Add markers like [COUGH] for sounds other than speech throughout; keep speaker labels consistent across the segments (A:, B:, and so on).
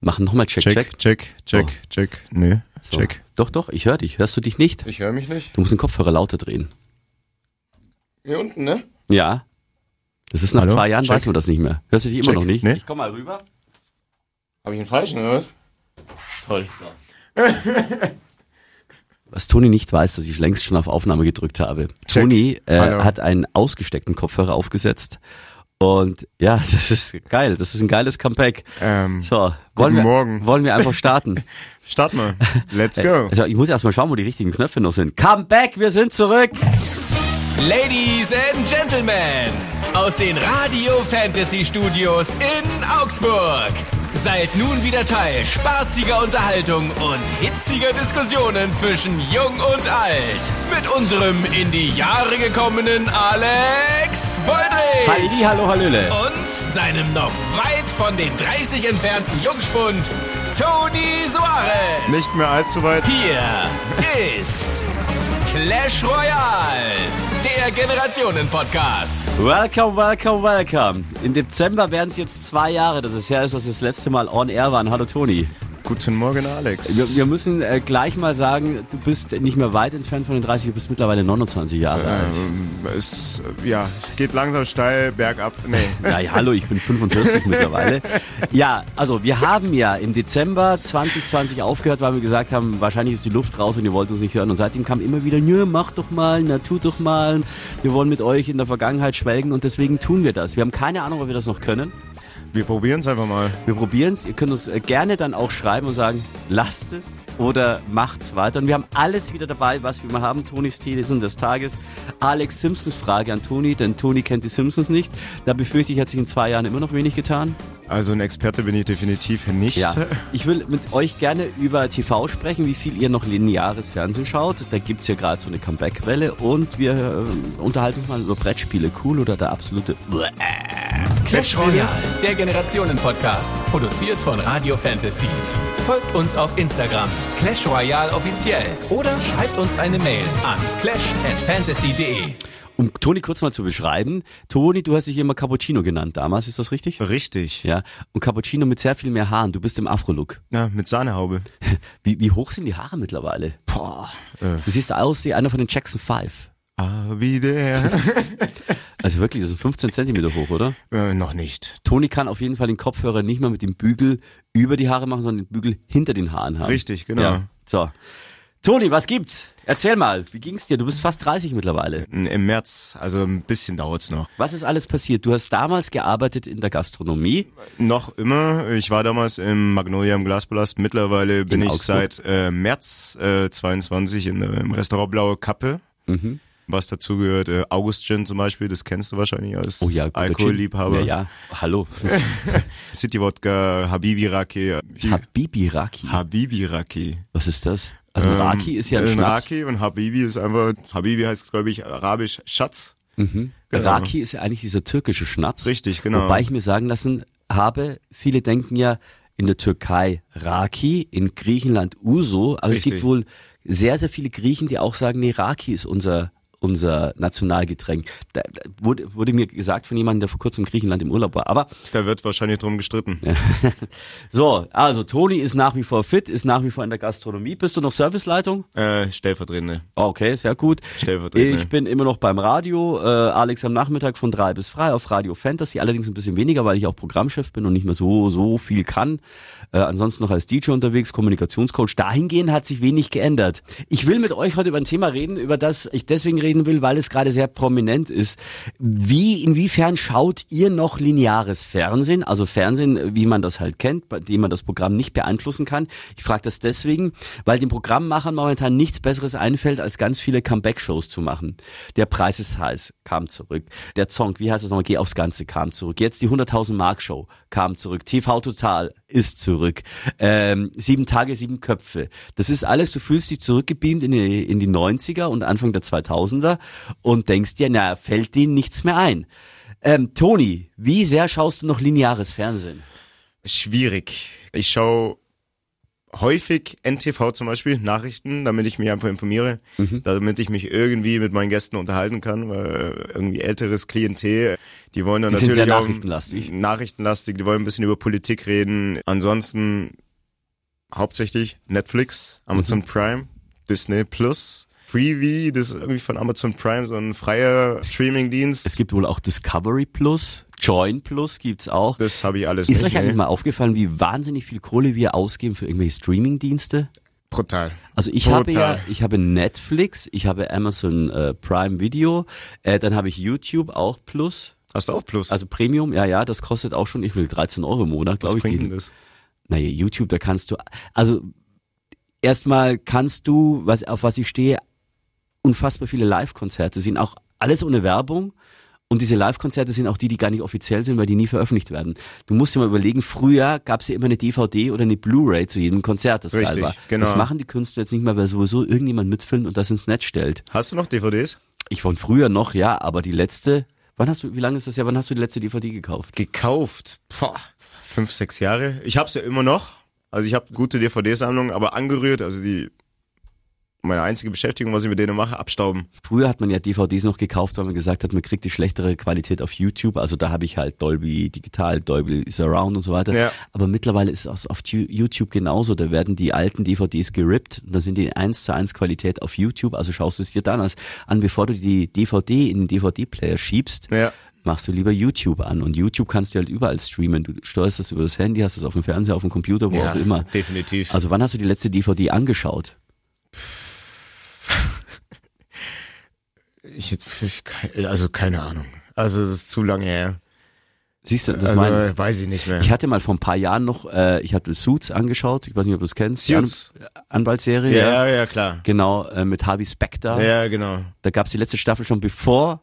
A: Machen nochmal Check, Check.
B: Check, check, check, check. Nö,
A: So.
B: check.
A: Doch, doch, ich höre dich. Hörst du dich nicht?
B: Ich höre mich nicht.
A: Du musst den Kopfhörer lauter drehen.
B: Hier unten, ne?
A: Ja. Das ist nach
B: Hallo?
A: zwei Jahren,
B: Check.
A: weiß man das nicht mehr. Hörst du dich immer
B: Check.
A: noch nicht?
B: Nee.
A: Ich komm mal rüber.
B: Habe ich einen falschen oder was?
A: Toll. [LAUGHS] Was Toni nicht weiß, dass ich längst schon auf Aufnahme gedrückt habe.
B: Check.
A: Toni äh,
B: Hallo.
A: hat einen ausgesteckten Kopfhörer aufgesetzt. Und ja, [LAUGHS] das ist geil. Das ist ein geiles Comeback.
B: Ähm,
A: So, wollen wir,
B: Morgen.
A: wollen wir einfach
B: [LAUGHS]
A: starten. [LAUGHS]
B: start mal. Let's go.
A: Also ich muss erst mal schauen, wo die richtigen Knöpfe noch sind. Come back, wir sind zurück.
C: Ladies and Gentlemen, aus den Radio Fantasy Studios in Augsburg. Seid nun wieder Teil spaßiger Unterhaltung und hitziger Diskussionen zwischen Jung und Alt. Mit unserem in die Jahre gekommenen Alex Boldrich.
A: Heidi, hallo, Hallöle.
C: Und seinem noch weit von den 30 entfernten Jungspund Toni Soares.
B: Nicht mehr allzu weit.
C: Hier ist Clash Royale, der Generationen-Podcast.
A: Welcome, welcome, welcome. Im Dezember werden es jetzt zwei Jahre, dass es her ist, dass wir das letzte Mal on air waren. Hallo Toni.
B: Guten Morgen, Alex.
A: Wir, wir müssen äh, gleich mal sagen, du bist nicht mehr weit entfernt von den 30, du bist mittlerweile 29 Jahre alt.
B: ähm, es, äh, ja, geht langsam steil bergab.
A: [LAUGHS]
B: Nee.
A: Naja, hallo, ich bin 45 mittlerweile. Ja, also wir haben ja im Dezember 2020 aufgehört, weil wir gesagt haben, wahrscheinlich ist die Luft raus und ihr wollt uns nicht hören. Und seitdem kam immer wieder, nö, macht doch mal, na tut doch mal. Wir wollen mit euch in der Vergangenheit schwelgen und deswegen tun wir das. Wir haben keine Ahnung, ob wir das noch können.
B: Wir probieren es einfach mal.
A: Wir probieren es. Ihr könnt uns äh, gerne dann auch schreiben und sagen, lasst es oder macht's weiter. Und wir haben alles wieder dabei, was wir mal haben. Tonis Thesen des Tages. Alex Simpsons Frage an Toni, denn Toni kennt die Simpsons nicht. Da befürchte ich, hat sich in zwei Jahren immer noch wenig getan.
B: Also ein Experte bin ich definitiv nicht.
A: Ja. Ich will mit euch gerne über TV sprechen, wie viel ihr noch lineares Fernsehen schaut. Da gibt's ja gerade so eine Comeback-Welle. Und wir äh, unterhalten uns mal über Brettspiele. Cool oder der absolute...
C: Clash Royale, der Generationen-Podcast, produziert von Radio Fantasy. Folgt uns auf Instagram, Clash Royale offiziell, oder schreibt uns eine Mail an clash@fantasy.de.
A: Um Toni kurz mal zu beschreiben. Toni, du hast dich immer Cappuccino genannt damals, ist das richtig?
B: [LAUGHS] Richtig.
A: Ja, und Cappuccino mit sehr viel mehr Haaren. Du bist im Afro-Look.
B: Ja, mit Sahnehaube.
A: Wie, wie hoch sind die Haare mittlerweile? Boah.
B: Äh.
A: Du siehst aus wie einer von den Jackson Five.
B: Ah,
A: [LAUGHS]
B: wie der.
A: Also wirklich, das sind 15 Zentimeter hoch, oder?
B: äh, noch nicht.
A: Toni kann auf jeden Fall den Kopfhörer nicht mehr mit dem Bügel über die Haare machen, sondern den Bügel hinter den Haaren haben.
B: Richtig, genau.
A: Ähm, Ja, so. Toni, was gibt's? Erzähl mal, wie ging's dir? Du bist fast 30 mittlerweile.
B: Im März, also ein bisschen dauert's noch.
A: Was ist alles passiert? Du hast damals gearbeitet in der Gastronomie.
B: Noch immer. Ich war damals im Magnolia im Glasballast. Mittlerweile bin
A: In
B: ich
A: Augsburg?
B: seit äh, März äh, 22 in, äh, im Restaurant Blaue Kappe.
A: Mhm.
B: Was dazu gehört, äh, August Gin zum Beispiel, das kennst du wahrscheinlich als
A: Oh guter
B: Alkoholliebhaber.
A: Gin. Ja, ja.
B: [LAUGHS]
A: Hallo.
B: City Wodka, Habibi Raki. Die
A: Habibi Raki.
B: Habibi Raki.
A: Was ist das? Also ein
B: Ähm,
A: Raki ist ja ein
B: äh,
A: Schnaps.
B: Raki und Habibi ist einfach, Habibi heißt glaube ich arabisch Schatz. Genau.
A: Mhm. Raki ist ja eigentlich dieser türkische Schnaps.
B: Richtig, genau.
A: Wobei ich mir sagen lassen habe, viele denken ja in der Türkei Raki, in Griechenland Uso, aber
B: Richtig.
A: es gibt wohl sehr, sehr viele Griechen, die auch sagen, nee, Raki ist unser unser Nationalgetränk. Da, da wurde, wurde mir gesagt von jemandem, der vor kurzem in Griechenland im Urlaub war. Aber [LAUGHS]
B: Da wird wahrscheinlich drum gestritten.
A: so, also Toni ist nach wie vor fit, ist nach wie vor in der Gastronomie. Bist du noch Serviceleitung?
B: Äh, stellvertretende.
A: Okay, sehr gut.
B: Stellvertretende.
A: Ich bin immer noch beim Radio. Äh, Alex am Nachmittag von drei bis frei auf Radio Fantasy. Allerdings ein bisschen weniger, weil ich auch Programmchef bin und nicht mehr so, so viel kann. Äh, ansonsten noch als DJ unterwegs, Kommunikationscoach. Dahingehend hat sich wenig geändert. Ich will mit euch heute über ein Thema reden, über das ich deswegen reden will, weil es gerade sehr prominent ist. Wie, inwiefern schaut ihr noch lineares Fernsehen? Also Fernsehen, wie man das halt kennt, bei dem man das Programm nicht beeinflussen kann. Ich frage das deswegen, weil den Programmmachern momentan nichts Besseres einfällt, als ganz viele Comeback-Shows zu machen. Der Preis ist heiß, kam zurück. Der Song, wie heißt das nochmal, Geh aufs Ganze, kam zurück. Jetzt die 100.000 Mark Show, kam zurück. TV Total ist zurück. Ähm, sieben Tage, sieben Köpfe. Das ist alles, du fühlst dich zurückgebeamt in die, in die 90er und Anfang der 2000er und denkst dir, na, fällt denen nichts mehr ein. Ähm, Toni, wie sehr schaust du noch lineares Fernsehen?
B: Schwierig. Ich schaue häufig NTV zum Beispiel, Nachrichten, damit ich mich einfach informiere,
A: Mhm.
B: damit ich mich irgendwie mit meinen Gästen unterhalten kann, weil irgendwie älteres Klientel, die wollen dann
A: Die sind
B: natürlich
A: sehr
B: auch
A: nachrichtenlastig.
B: nachrichtenlastig, die wollen ein bisschen über Politik reden. Ansonsten hauptsächlich Netflix, Amazon
A: Mhm.
B: Prime, Disney Plus, Freevee, das ist irgendwie von Amazon Prime so ein freier Streamingdienst.
A: Es gibt wohl auch Discovery Plus, Join Plus gibt's auch.
B: Das habe ich alles
A: Ist
B: nicht.
A: euch eigentlich
B: nee.
A: mal aufgefallen, wie wahnsinnig viel Kohle wir ausgeben für irgendwelche Streaming-Dienste?
B: Brutal.
A: Also ich
B: Brutal.
A: habe ja, ich habe Netflix, ich habe Amazon äh, Prime Video, äh, dann habe ich YouTube auch Plus,
B: Hast du auch Plus?
A: also Premium, ja, ja, das kostet auch schon, ich will 13 Euro im Monat,
B: was
A: glaube ich.
B: bringt
A: die-
B: denn das?
A: Naja, YouTube, da kannst du, also erstmal kannst du, was, auf was ich stehe, unfassbar viele Live-Konzerte sind auch alles ohne Werbung. Und diese Live-Konzerte sind auch die, die gar nicht offiziell sind, weil die nie veröffentlicht werden. Du musst dir mal überlegen, früher gab es ja immer eine DVD oder eine Blu-ray zu jedem Konzert, das geil
B: Richtig,
A: war.
B: genau.
A: Das machen die Künstler jetzt nicht mehr, weil sowieso irgendjemand mitfilmt und das ins Netz stellt.
B: Hast du noch DVDs?
A: Ich von früher noch, ja, aber die letzte, wann hast du, wie lange ist das ja, wann hast du die letzte DVD gekauft?
B: Gekauft. Boah, fünf, sechs Jahre. Ich hab's ja immer noch. Also ich habe gute DVD-Sammlung, aber angerührt, also die meine einzige Beschäftigung, was ich mit denen mache, abstauben.
A: Früher hat man ja DVDs noch gekauft, weil man gesagt hat, man kriegt die schlechtere Qualität auf YouTube. Also da habe ich halt Dolby Digital, Dolby Surround und so weiter.
B: Ja.
A: Aber mittlerweile ist es auf Tu- YouTube genauso. Da werden die alten DVDs gerippt. Da sind die in 1 zu 1 Qualität auf YouTube. Also schaust du es dir dann als- an, bevor du die DVD in den DVD-Player schiebst.
B: Ja.
A: Machst du lieber YouTube an und YouTube kannst du halt überall streamen. Du steuerst das über das Handy, hast es auf dem Fernseher, auf dem Computer, wo auch immer.
B: definitiv.
A: Also wann hast du die letzte DVD angeschaut?
B: ich, ich, ke- also keine Ahnung. Also es ist zu lange her.
A: Siehst du, das
B: also
A: meine
B: weiß ich nicht mehr.
A: Ich hatte mal vor ein paar Jahren noch, äh, ich hatte Suits angeschaut, ich weiß nicht, ob du es kennst. die
B: Suits?
A: An Anwaltsserie.
B: ja, ja, ja, klar.
A: Genau, äh, mit Harvey Specter.
B: Ja, genau.
A: Da gab es die letzte Staffel schon bevor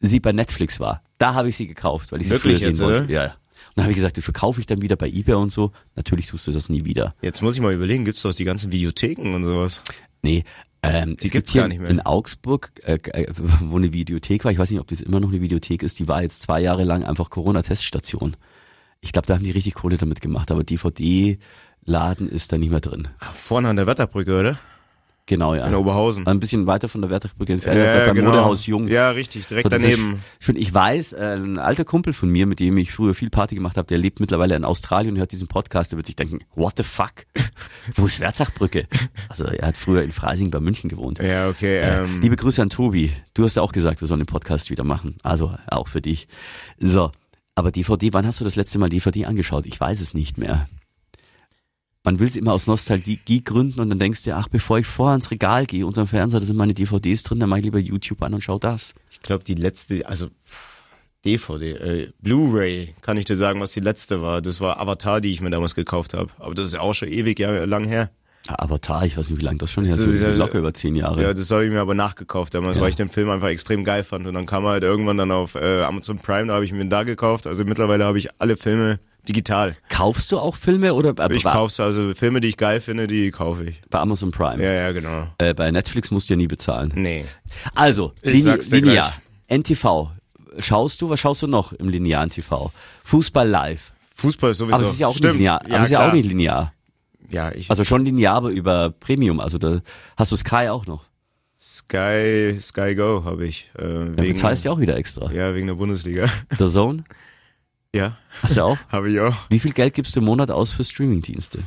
A: sie bei Netflix war. Da habe ich sie gekauft, weil ich sie
B: Wirklich
A: früher sehen
B: jetzt,
A: wollte.
B: oder?
A: Ja. Und dann habe ich gesagt, die verkaufe ich dann wieder bei eBay und so. Natürlich tust du das nie wieder.
B: Jetzt muss ich mal überlegen, gibt's doch die ganzen Videotheken und sowas.
A: Nee. Ähm,
B: Die
A: es gibt
B: gibt's
A: hier
B: gar nicht mehr.
A: in Augsburg, äh, äh, wo eine Videothek war, ich weiß nicht, ob das immer noch eine Videothek ist, die war jetzt zwei Jahre lang einfach Corona-Teststation. Ich glaube, da haben die richtig Kohle damit gemacht, aber DVD-Laden ist da nicht mehr drin.
B: Ah, Vorne an der Wetterbrücke, oder?
A: Genau, ja.
B: In Oberhausen.
A: Ein bisschen weiter von der Werterbrücke entfernt, da beim Modehaus Jung.
B: genau. Ja, richtig, direkt
A: So, das
B: daneben.
A: Ist, ich, find, ich weiß, äh, ein alter Kumpel von mir, mit dem ich früher viel Party gemacht habe, der lebt mittlerweile in Australien und hört diesen Podcast, der wird sich denken, what the fuck? [LAUGHS] Wo ist Wertachbrücke? Also er hat früher in Freising bei München gewohnt.
B: Ja, okay.
A: Äh,
B: Ähm,
A: Liebe Grüße an Tobi. Du hast ja auch gesagt, wir sollen den Podcast wieder machen. Also auch für dich. So, aber DVD, wann hast du das letzte Mal DVD angeschaut? Ich weiß es nicht mehr. Man will es immer aus Nostalgie gründen und dann denkst du, ach, bevor ich vorher ins Regal gehe und am Fernseher, da sind meine DVDs drin, dann mache ich lieber YouTube an und schau das.
B: Ich glaube, die letzte, also pff, DVD, äh, Blu-ray, kann ich dir sagen, was die letzte war. Das war Avatar, die ich mir damals gekauft habe. Aber das ist ja auch schon ewig ja, lang her.
A: Ja, Avatar, ich weiß nicht, wie lange das schon her ist.
B: Das
A: Das
B: ist
A: ist
B: ja-
A: locker über zehn Jahre.
B: Ja, das habe ich mir aber nachgekauft damals,
A: Ja.
B: weil ich den Film einfach extrem geil fand. Und dann kam er halt irgendwann dann auf äh, Amazon Prime, da habe ich mir den da gekauft. Also mittlerweile habe ich alle Filme digital.
A: Kaufst du auch Filme oder äh,
B: Ich
A: bei,
B: kauf's also Filme, die ich geil finde, die kaufe ich.
A: bei Amazon Prime?
B: Ja, ja, genau.
A: Äh, bei Netflix musst du ja nie bezahlen.
B: Nee.
A: Also,
B: Ich
A: Lini-
B: sag's dir
A: linear. NTV. Schaust du, was schaust du noch im linearen TV? Fußball live.
B: Fußball ist sowieso.
A: Aber es ist ja auch
B: Stimmt.
A: nicht linear.
B: Ja,
A: aber es ist ja auch
B: klar.
A: nicht linear.
B: Ja, ich,
A: Also schon linear, aber über Premium. Also da hast du Sky auch noch.
B: Sky, Sky Go habe ich. Äh,
A: Ja,
B: wegen,
A: bezahlst ja auch wieder extra.
B: ja, wegen der Bundesliga.
A: The Zone
B: Ja, [LAUGHS]
A: hast du auch.
B: habe ich auch.
A: Wie viel Geld gibst du im Monat aus für Streamingdienste?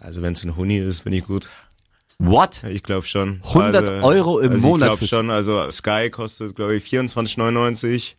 B: Also wenn es ein Huni ist, bin ich gut.
A: What?
B: Ich glaube schon.
A: 100
B: also,
A: Euro im
B: also
A: Monat
B: Ich glaube
A: fürs-
B: schon. Also Sky kostet, glaube ich, 24,99.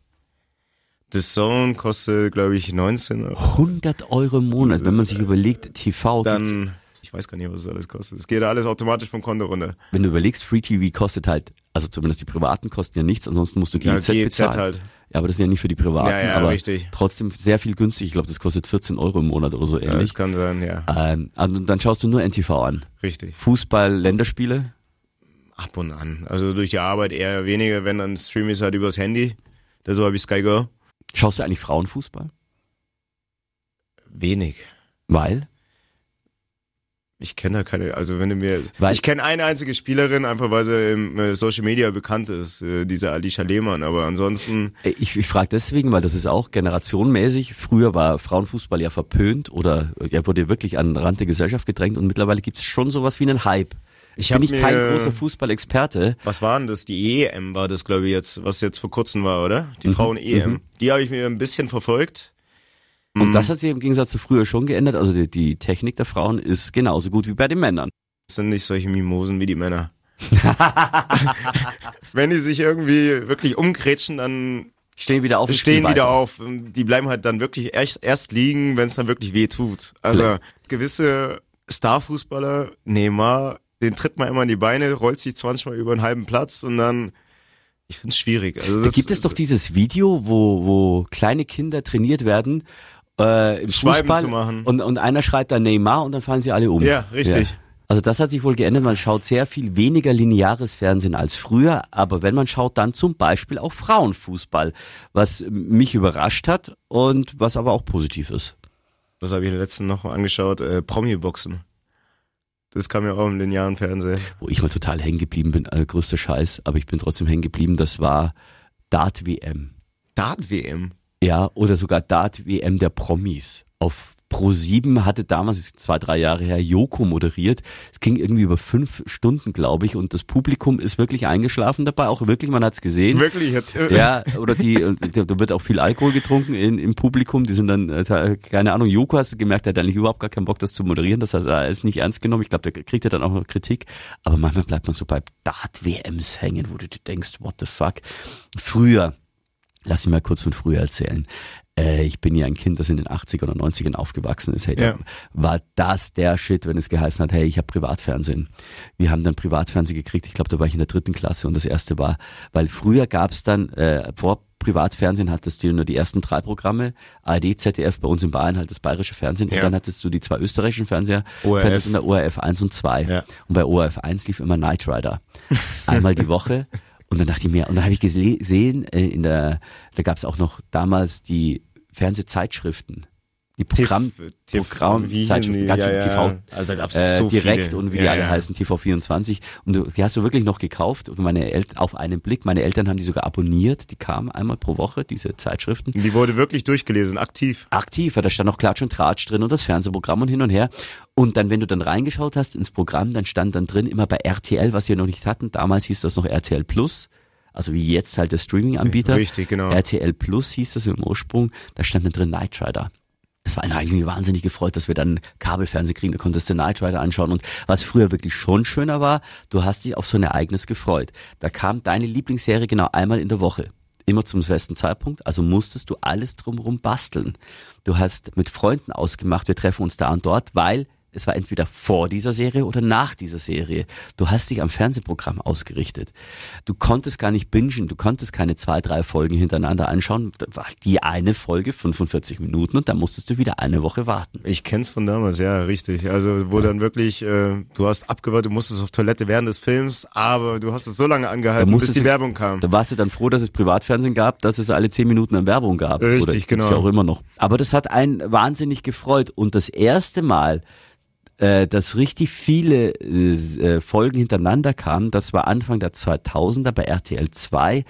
B: The Zone kostet, glaube ich, 19 Euro.
A: 100 Euro im Monat, wenn man sich überlegt, TV gibt's,
B: Dann, ich weiß gar nicht, was es alles kostet. Es geht alles automatisch vom Konto runter.
A: wenn du überlegst, Free TV kostet halt, also zumindest die privaten kosten ja nichts, ansonsten musst du
B: Ja,
A: GEZ,
B: GEZ
A: bezahlen.
B: halt.
A: Ja, aber das ist ja nicht für die privaten,
B: Ja, ja,
A: aber
B: richtig.
A: trotzdem sehr viel günstig. Ich glaube, das kostet 14 Euro im Monat oder so
B: Ja,
A: ähnlich.
B: das kann sein, ja.
A: ähm, und dann schaust du nur NTV an.
B: Richtig.
A: Fußball, Länderspiele.
B: Ab und an. Also durch die Arbeit eher weniger, wenn dann streame ich halt übers Handy. Deshalb habe ich Sky Go.
A: Schaust du eigentlich Frauenfußball?
B: Wenig.
A: Weil?
B: Ich kenne da keine, also wenn du mir,
A: Weil-
B: ich kenne eine einzige Spielerin, einfach weil sie im äh, Social Media bekannt ist, äh, diese Alicia Lehmann, aber ansonsten,
A: Äh, Ich, ich frage deswegen, weil das ist auch generationenmäßig. Früher war Frauenfußball ja verpönt oder äh, er wurde wirklich an den Rand der Gesellschaft gedrängt und mittlerweile gibt's schon sowas wie einen Hype. Ich
B: Ich hab
A: bin nicht kein
B: mir-
A: großer Fußballexperte.
B: was war denn das? Die EM war das, glaube ich, jetzt, was jetzt vor kurzem war, oder?
A: Mhm.
B: Die Frauen-EM. Die habe ich mir ein bisschen verfolgt. Mhm.
A: Und das hat sich im Gegensatz zu früher schon geändert. Also die, die Technik der Frauen ist genauso gut wie bei den Männern.
B: Das sind nicht solche Mimosen wie
A: [LAUGHS]
B: die Männer. [LAUGHS] wenn die sich irgendwie wirklich umkretschen, dann
A: Stehen wieder auf und
B: stehen
A: spielen
B: wieder
A: weiter.
B: auf. Die bleiben halt dann wirklich erst, erst liegen, wenn es dann wirklich weh tut. Also
A: Ja.
B: gewisse Starfußballer, Neymar, den tritt man immer in die Beine, rollt sich 20 Mal über einen halben Platz und dann, ich finde es schwierig. Also
A: Da
B: das
A: gibt es doch dieses Video, wo, wo kleine Kinder trainiert werden, äh, im
B: Schwalben
A: Fußball
B: zu machen.
A: Und, und einer schreit dann Neymar und dann fallen sie alle um.
B: Ja, richtig.
A: Also das hat sich wohl geändert. Man schaut sehr viel weniger lineares Fernsehen als früher, aber wenn man schaut, dann zum Beispiel auch Frauenfußball, was mich überrascht hat und was aber auch positiv ist.
B: Was habe ich den letzten noch mal angeschaut? Äh, Promi-Boxen. Das kam ja auch im linearen Fernsehen.
A: Wo ich mal total hängen geblieben bin, äh, größter Scheiß, aber ich bin trotzdem hängen geblieben, das war Dart WM.
B: Dart-WM.
A: Ja, oder sogar Dart WM der Promis. Auf Pro 7 hatte damals, ist zwei, drei Jahre her, Joko moderiert. Es ging irgendwie über fünf Stunden, glaube ich, und das Publikum ist wirklich eingeschlafen dabei. Auch wirklich, man hat's gesehen.
B: Wirklich jetzt. [LAUGHS] äh,
A: Ja, oder die, und da da wird auch viel Alkohol getrunken in, im Publikum. Die sind dann, äh, te- keine Ahnung, Joko hast du gemerkt, der hat eigentlich überhaupt gar keinen Bock, das zu moderieren. Das hat er ist nicht ernst genommen. Ich glaube, da kriegt er dann auch noch Kritik. Aber manchmal bleibt man so bei Dart-WMs hängen, wo du dir denkst, what the fuck. Früher, lass mich mal kurz von früher erzählen. Äh, Ich bin ja ein Kind, das in den 80ern und 90ern aufgewachsen ist. Hey, da
B: Ja.
A: war das der Shit, wenn es geheißen hat, hey, ich habe Privatfernsehen. Wir haben dann Privatfernsehen gekriegt. Ich glaube, da war ich in der dritten Klasse und das erste war, weil früher gab es dann, äh, vor Privatfernsehen hattest du nur die ersten drei Programme, ARD, ZDF, bei uns in Bayern halt das bayerische Fernsehen und
B: Ja.
A: dann hattest du die zwei österreichischen Fernseher,
B: ORF.
A: Fernsehen in der ORF 1 und 2
B: Ja.
A: und bei ORF 1 lief immer Knight Rider. Einmal die Woche. Und dann dachte ich mir, und dann habe ich gesle- gesehen, äh, in der, da gab es auch noch damals die Fernsehzeitschriften. Die Programm,
B: TV
A: Programmzeitschriften, ganz
B: äh, ja,
A: viel
B: ja.
A: TV,
B: Also da gab's
A: äh,
B: so
A: direkt
B: viele.
A: und wie
B: ja,
A: die alle
B: ja.
A: heißen, TV24. Und du, die hast du wirklich noch gekauft und meine Eltern, auf einen Blick, meine Eltern haben die sogar abonniert, die kamen einmal pro Woche, diese Zeitschriften
B: Die wurde wirklich durchgelesen, aktiv.
A: aktiv, weil da stand auch Klatsch und Tratsch drin und das Fernsehprogramm und hin und her. Und dann, wenn du dann reingeschaut hast ins Programm, dann stand dann drin immer bei RTL, was wir noch nicht hatten. Damals hieß das noch RTL Plus. Also wie jetzt halt der Streaming-Anbieter.
B: Richtig, genau.
A: RTL Plus hieß das im Ursprung. Da stand dann drin Knight Rider. Es war eigentlich irgendwie wahnsinnig gefreut, dass wir dann Kabelfernsehen kriegen. Da konntest du Knight Rider anschauen. Und was früher wirklich schon schöner war, du hast dich auf so ein Ereignis gefreut. Da kam deine Lieblingsserie genau einmal in der Woche. Immer zum festen Zeitpunkt. Also musstest du alles drumherum basteln. Du hast mit Freunden ausgemacht, wir treffen uns da und dort, weil es war entweder vor dieser Serie oder nach dieser Serie. Du hast dich am Fernsehprogramm ausgerichtet. Du konntest gar nicht bingen, du konntest keine zwei, drei Folgen hintereinander anschauen. Da war die eine Folge 45 Minuten und dann musstest du wieder eine Woche warten.
B: Ich kenn's von damals, ja, richtig. Also wo dann wirklich, äh, du hast abgewartet, du musstest auf Toilette während des Films, aber du hast es so lange angehalten, bis
A: musstest
B: die
A: du-
B: Werbung kam.
A: Da warst du dann froh, dass es Privatfernsehen gab, dass es alle zehn Minuten an Werbung gab.
B: Richtig,
A: Oder gibt's
B: genau.
A: Ja auch immer noch. Aber das hat einen wahnsinnig gefreut. Und das erste Mal, äh, dass richtig viele äh, s- äh, Folgen hintereinander kamen, das war Anfang der 2000er bei RTL 2.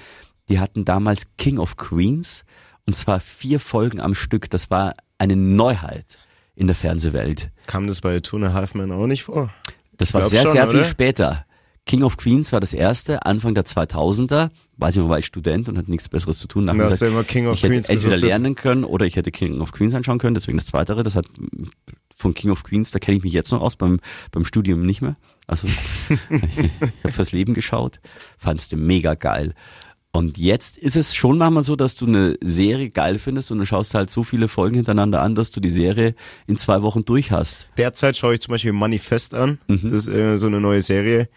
A: Die hatten damals King of Queens und zwar vier Folgen am Stück. Das war eine Neuheit in der Fernsehwelt.
B: Kam das bei Tuna Halfman auch nicht vor?
A: Das war
B: Glaub
A: sehr,
B: schon,
A: sehr viel
B: oder?
A: später. King of Queens war das erste, Anfang der 2000er. Weiß ich mal, war ich Student und hatte nichts Besseres zu tun.
B: Da hast
A: Nachmittag-
B: du immer King of
A: ich hätte
B: Queens
A: entweder
B: gesuchtet.
A: lernen können oder ich hätte King of Queens anschauen können. Deswegen das Zweitere, das hat mm, von King of Queens, da kenne ich mich jetzt noch aus, beim, beim Studium nicht mehr. Also [LAUGHS] ich, ich habe fürs Leben geschaut, fandst du mega geil. Und jetzt ist es schon manchmal so, dass du eine Serie geil findest und du schaust halt so viele Folgen hintereinander an, dass du die Serie in zwei Wochen durch hast.
B: Derzeit schaue ich zum Beispiel Manifest an.
A: Mhm.
B: Das ist äh, so eine neue Serie.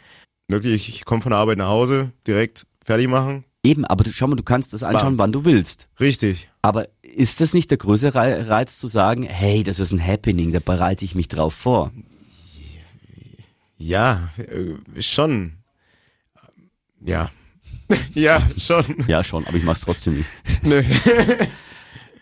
B: Wirklich, ich komme von der Arbeit nach Hause, direkt fertig machen.
A: Eben, aber du, schau mal, du kannst das anschauen,
B: Bam.
A: wann du willst.
B: Richtig.
A: Aber ist das nicht der größere Rei- Reiz zu sagen, hey, das ist ein Happening, da bereite ich mich drauf vor?
B: Ja, äh, schon. Ja. [LAUGHS] ja, schon.
A: [LAUGHS] Ja, schon, aber ich mach's trotzdem nicht.
B: Nö.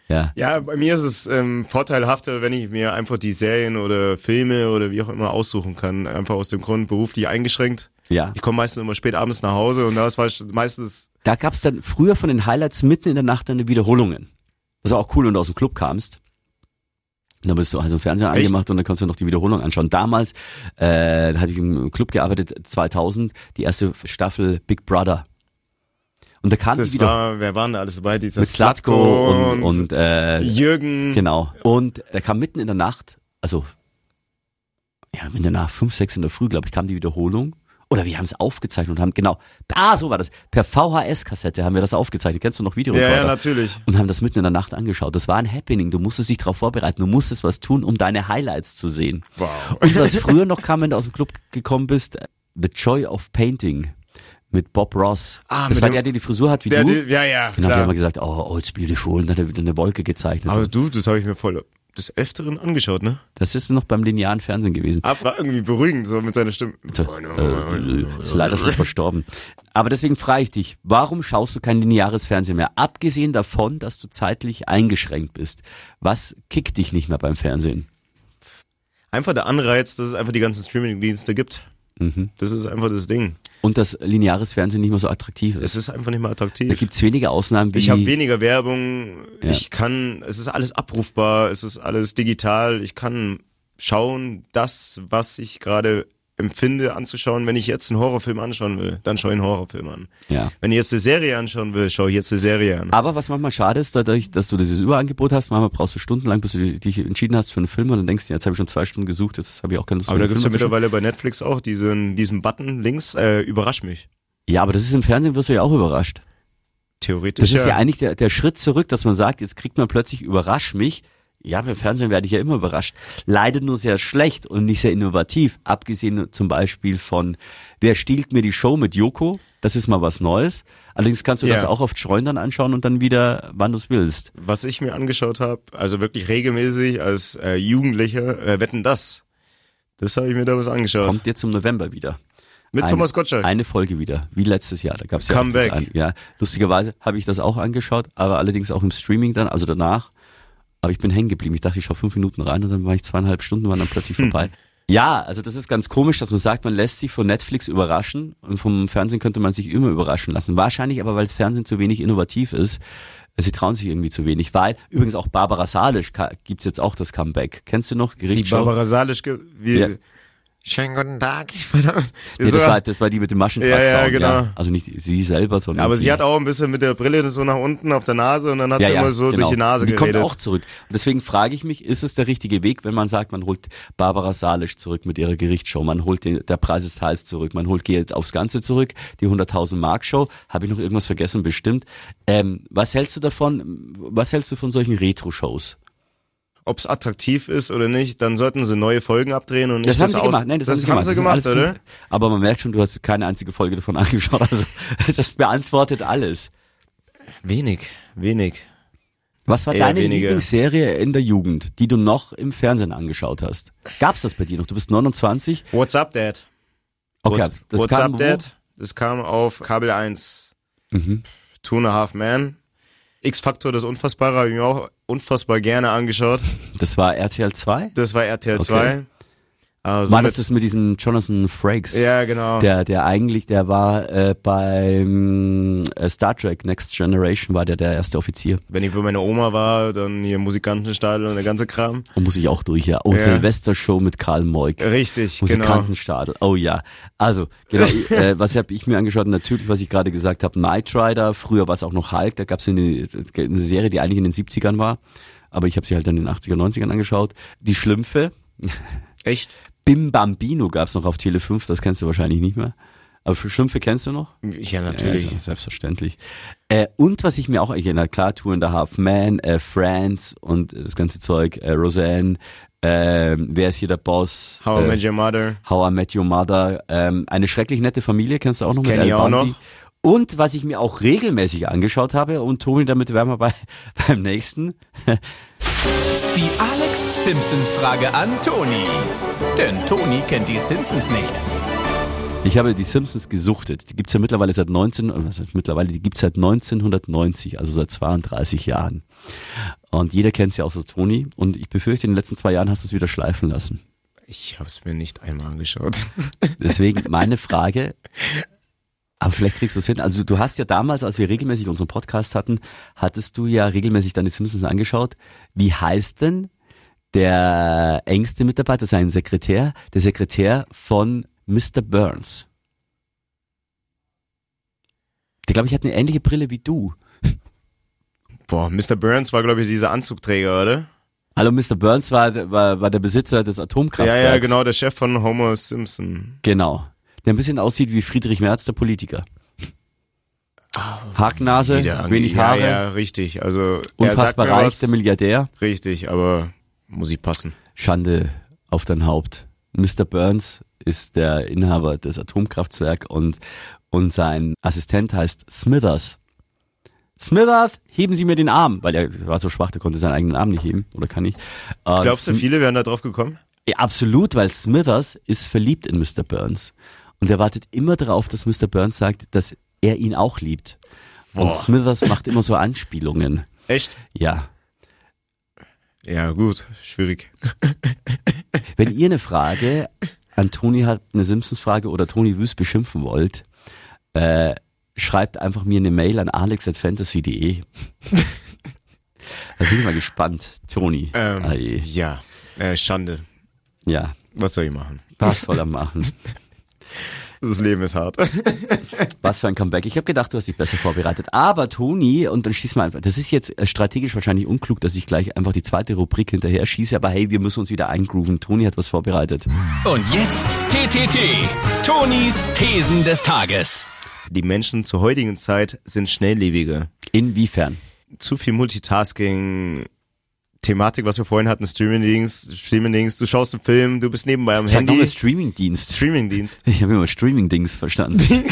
A: Ja.
B: Ja, bei mir ist es ähm, vorteilhafter, wenn ich mir einfach die Serien oder Filme oder wie auch immer aussuchen kann. Einfach aus dem Grund beruflich eingeschränkt.
A: Ja.
B: Ich komme meistens immer spät abends nach Hause und das war meistens
A: Da gab es dann früher von den Highlights mitten in der Nacht dann Wiederholungen. Das war auch cool, wenn du aus dem Club kamst. Da bist du also im Fernseher
B: Echt?
A: angemacht und dann kannst du noch die Wiederholung anschauen. Damals äh, habe ich im Club gearbeitet, 2000, die erste Staffel Big Brother. Und da kam die
B: das
A: wieder
B: war, wer waren da alles dabei? Dieser
A: mit Slatko und, und äh,
B: Jürgen.
A: Genau. Und da kam mitten in der Nacht, also ja, in der Nacht, fünf, sechs in der Früh, glaube ich, kam die Wiederholung. Oder wir haben es aufgezeichnet und haben, genau, ah, so war das. Per VHS-Kassette haben wir das aufgezeichnet. Kennst du noch Video?
B: Ja, ja, natürlich.
A: und haben das mitten in der Nacht angeschaut. Das war ein Happening. Du musstest dich darauf vorbereiten. Du musstest was tun, um deine Highlights zu sehen.
B: Wow.
A: Und
B: [LAUGHS]
A: was früher noch kam, wenn du aus dem Club gekommen bist, The Joy of Painting mit Bob Ross.
B: Ah,
A: das
B: mit
A: war
B: dem-
A: der, der die Frisur hat wie
B: Der,
A: du.
B: die, ja, ja.
A: genau, die
B: klar.
A: haben immer gesagt, oh, oh, it's beautiful. Und dann hat er wieder eine Wolke gezeichnet.
B: Aber du, das habe ich mir voll des Öfteren angeschaut, ne?
A: Das ist noch beim linearen Fernsehen gewesen.
B: Ab war irgendwie beruhigend, so mit seiner Stimme.
A: Äh, ist leider schon verstorben. Aber deswegen frage ich dich, warum schaust du kein lineares Fernsehen mehr? Abgesehen davon, dass du zeitlich eingeschränkt bist. Was kickt dich nicht mehr beim Fernsehen?
B: Einfach der Anreiz, dass es einfach die ganzen Streaming-Dienste gibt.
A: Mhm.
B: Das ist einfach das Ding.
A: Und dass lineares Fernsehen nicht mehr so attraktiv ist.
B: Es ist einfach nicht mehr
A: Da
B: attraktiv.
A: gibt es wenige Ausnahmen wie.
B: Ich habe weniger Werbung.
A: Ja.
B: Ich kann, es ist alles abrufbar, es ist alles digital. Ich kann schauen, das, was ich gerade empfinde, anzuschauen. Wenn ich jetzt einen Horrorfilm anschauen will, dann schaue ich einen Horrorfilm an.
A: Ja.
B: Wenn ich jetzt eine Serie anschauen will, schaue ich jetzt eine Serie an.
A: Aber was manchmal schade ist, dadurch, dass du dieses Überangebot hast, manchmal brauchst du stundenlang, bis du dich entschieden hast für einen Film und dann denkst du, jetzt habe ich schon zwei Stunden gesucht, jetzt habe ich auch keine Lust
B: Aber
A: mir
B: da
A: einen
B: gibt's ja
A: Film anzuschauen.
B: mittlerweile bei Netflix auch diesen, diesen Button links, äh, überrasch mich.
A: Ja, aber das ist im Fernsehen, wirst du ja auch überrascht.
B: Theoretisch.
A: Das ist ja eigentlich der, der Schritt zurück, dass man sagt, jetzt kriegt man plötzlich überrasch mich. Ja, beim Fernsehen werde ich ja immer überrascht. Leider nur sehr schlecht und nicht sehr innovativ. Abgesehen zum Beispiel von Wer stiehlt mir die Show mit Joko? Das ist mal was Neues. Allerdings kannst du
B: Ja.
A: das auch oft streuen dann anschauen und dann wieder, wann du es willst.
B: Was ich mir angeschaut habe, also wirklich regelmäßig als äh, Jugendlicher, äh, wetten das. Das habe ich mir damals angeschaut.
A: Kommt jetzt im November wieder.
B: Mit
A: Eine-
B: Thomas Gottschalk.
A: Eine Folge wieder, wie letztes Jahr. Da gab's ja auch das
B: Comeback.
A: ein, ja. Lustigerweise habe ich das auch angeschaut, aber allerdings auch im Streaming dann, also danach. Aber ich bin hängen geblieben. Ich dachte, ich schaue fünf Minuten rein und dann war ich zweieinhalb Stunden, waren dann
B: [LAUGHS]
A: plötzlich vorbei. Ja, also das ist ganz komisch, dass man sagt, man lässt sich von Netflix überraschen und vom Fernsehen könnte man sich immer überraschen lassen. Wahrscheinlich aber, weil das Fernsehen zu wenig innovativ ist. Sie trauen sich irgendwie zu wenig, weil übrigens auch Barbara Salisch ka- gibt's jetzt auch das Comeback. Kennst du noch?
B: die
A: Gerichtsshow?
B: Barbara Salisch. ge- Wie,
A: Ja.
B: Schönen guten Tag. Ich bin aus-
A: Nee, das,
B: So-
A: war, das war die mit dem Maschendrahtzaun.
B: Ja, ja, genau.
A: Also nicht sie selber, sondern
B: aber sie
A: die.
B: hat auch ein bisschen mit der Brille so nach unten auf der Nase und dann hat sie immer so durch die Nase
A: genau. die
B: geredet.
A: kommt auch zurück. Und deswegen frage ich mich, ist es der richtige Weg, wenn man sagt, man holt Barbara Salisch zurück mit ihrer Gerichtsshow, man holt den, der Preis ist heiß zurück, man holt Geld aufs Ganze zurück, die 100.000 Mark Show, habe ich noch irgendwas vergessen bestimmt. Ähm, was hältst du davon, was hältst du von solchen Retro-Shows?
B: Ob es attraktiv ist oder nicht, dann sollten sie neue Folgen abdrehen und nicht
A: Das, haben sie
B: aus-
A: gemacht. Nein, das, haben sie gemacht.
B: sie
A: Das sind
B: gemacht,
A: alles
B: oder?
A: gut. Aber man merkt schon, du hast keine einzige Folge davon [LAUGHS] angeschaut. Also das beantwortet alles.
B: Wenig, wenig.
A: Was war
B: Eher
A: deine
B: weniger.
A: Lieblingsserie in der Jugend, die du noch im Fernsehen angeschaut hast? Gab's das bei dir noch? Du bist 29.
B: What's up, Dad?
A: Okay,
B: What's,
A: das
B: What's
A: kam
B: up,
A: wo?
B: Dad? Das kam auf Kabel 1.
A: Mhm.
B: Two and a Half Man. X-Faktor, das Unfassbare, habe ich mir auch unfassbar gerne angeschaut.
A: Das war RTL 2?
B: Das war RTL
A: Okay.
B: 2. Also
A: War das das mit diesem Jonathan Frakes?
B: Ja, genau.
A: Der, der eigentlich, der war äh, beim äh, Star Trek Next Generation, war der der erste Offizier.
B: Wenn ich bei meiner Oma war, dann hier Musikantenstadel und der ganze Kram.
A: Und muss ich auch durch, ja. Oh,
B: Ja.
A: Silvestershow mit Karl Moik.
B: Richtig, genau.
A: Musikantenstadel. Oh ja. Also,
B: [LAUGHS]
A: genau, äh, was habe ich mir angeschaut? Natürlich, was ich gerade gesagt habe, Knight Rider, früher war es auch noch Hulk, da gab es eine, äh, eine Serie, die eigentlich in den 70ern war, aber ich habe sie halt dann in den 80er, 90ern angeschaut. Die Schlümpfe,
B: Echt?
A: Bim Bambino gab es noch auf Tele 5, das kennst du wahrscheinlich nicht mehr. Aber Schlümpfe kennst du noch?
B: Ja,
A: Ja,
B: natürlich.
A: also, selbstverständlich. Äh, und was ich mir auch erinnere, klar, Two and a Half Man, äh, Friends und das ganze Zeug, äh, Roseanne, äh, Wer ist hier der Boss?
B: How I
A: äh,
B: Met Your Mother.
A: How I Met Your Mother, ähm, eine schrecklich nette Familie, kennst du auch noch
B: Kenn
A: mit
B: ich
A: Al
B: auch
A: Bundy.
B: noch.
A: Und was ich mir auch regelmäßig angeschaut habe, und Tobi, damit wären wir bei, [LAUGHS] beim nächsten.
C: Die Alex Simpsons Frage an Toni. Denn Toni kennt die Simpsons nicht.
A: Ich habe die Simpsons gesuchtet. Die gibt's ja mittlerweile seit äh, 19, was heißt mittlerweile, die gibt's seit 1990, also seit 32 Jahren. Und jeder kennt sie außer Toni. Und ich befürchte, in den letzten zwei Jahren hast du es wieder schleifen lassen.
B: Ich habe es mir nicht einmal angeschaut. [LAUGHS]
A: Deswegen meine Frage. Aber vielleicht kriegst du es hin. Also du hast ja damals, als wir regelmäßig unseren Podcast hatten, hattest du ja regelmäßig dann die Simpsons angeschaut. Wie heißt denn der engste Mitarbeiter, sein Sekretär, der Sekretär von Mr. Burns? Der, glaube ich, hat eine ähnliche Brille wie du.
B: Boah, Mr. Burns war, glaube ich, dieser Anzugträger, oder?
A: Hallo, Mr. Burns war, war, war der Besitzer des
B: ja,
A: Atomkraftwerks.
B: ja, genau, der Chef von Homer Simpson.
A: Genau. Der ein bisschen aussieht wie Friedrich Merz, der Politiker. Hacknase,
B: Wieder an-
A: Äh, wenig
B: ja,
A: Haare,
B: Ja, richtig. Also, er sagt
A: unfassbar
B: mir
A: reich,
B: was,
A: der Milliardär.
B: Richtig, aber muss ich passen.
A: Schande auf dein Haupt. Mr. Burns ist der Inhaber des Atomkraftwerks und, und sein Assistent heißt Smithers. Smithers, heben Sie mir den Arm, weil er war so schwach, der konnte seinen eigenen Arm nicht heben oder kann nicht. Äh,
B: Glaubst du, viele wären da drauf gekommen?
A: Ja, absolut, weil Smithers ist verliebt in Mr. Burns. Und er wartet immer darauf, dass Mr. Burns sagt, dass er ihn auch liebt. Und
B: Boah.
A: Smithers macht immer so Anspielungen.
B: Echt?
A: Ja.
B: Ja, gut, schwierig.
A: Wenn ihr eine Frage an Toni hat, eine Simpsons-Frage oder Toni Wüst beschimpfen wollt, äh, schreibt einfach mir eine Mail an alex.fantasy.de. da bin ich mal gespannt, Toni.
B: Ähm,
A: Ai,
B: ja, äh, Schande.
A: ja,
B: Was soll ich machen?
A: was soll er machen?
B: [LAUGHS] Das Leben ist hart.
A: Was für ein Comeback. Ich habe gedacht, du hast dich besser vorbereitet. Aber Toni, und dann schieß mal einfach. Das ist jetzt äh, strategisch wahrscheinlich unklug, dass ich gleich einfach die zweite Rubrik hinterher schieße. Aber hey, wir müssen uns wieder eingrooven. Toni hat was vorbereitet.
C: Und jetzt TTT, Tonis Thesen des Tages.
B: Die Menschen zur heutigen Zeit sind schnelllebiger.
A: Inwiefern?
B: zu viel Multitasking. Thematik, was wir vorhin hatten, Streaming-Dings, Streaming-Dings, du schaust einen Film, du bist nebenbei am
A: Sag nochmal
B: Handy.
A: Streaming-Dienst. [LAUGHS]
B: Streaming-Dienst.
A: Ich habe immer Streaming-Dings
B: [LAUGHS]
A: verstanden.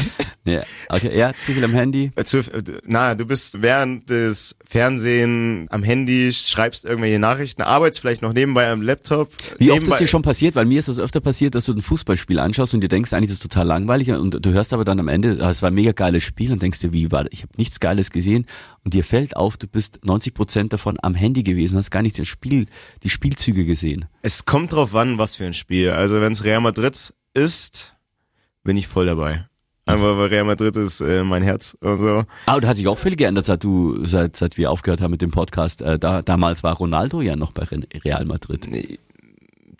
A: ja, okay, ja, zu viel am Handy.
B: Äh, zu- äh, Na, du bist während des Fernsehen am Handy, schreibst irgendwelche Nachrichten, arbeitest vielleicht noch nebenbei am Laptop.
A: Wie oft
B: nebenbei,
A: ist dir schon passiert? Weil mir ist das öfter passiert, dass du ein Fußballspiel anschaust und dir denkst, eigentlich ist es total langweilig und du hörst aber dann am Ende, ah, es war ein mega geiles Spiel und denkst dir, wie war das? Ich habe nichts Geiles gesehen und dir fällt auf, du bist 90 Prozent davon am Handy gewesen, hast gar nicht das Spiel, die Spielzüge gesehen.
B: Es kommt drauf an, was für ein Spiel. Also wenn es Real Madrid ist, bin ich voll dabei. Einfach weil Real Madrid ist äh, mein Herz und so.
A: Ah, und hat sich auch viel geändert, seit du, seit, seit wir aufgehört haben mit dem Podcast. Äh, da, damals war Ronaldo ja noch bei Ren- Real Madrid.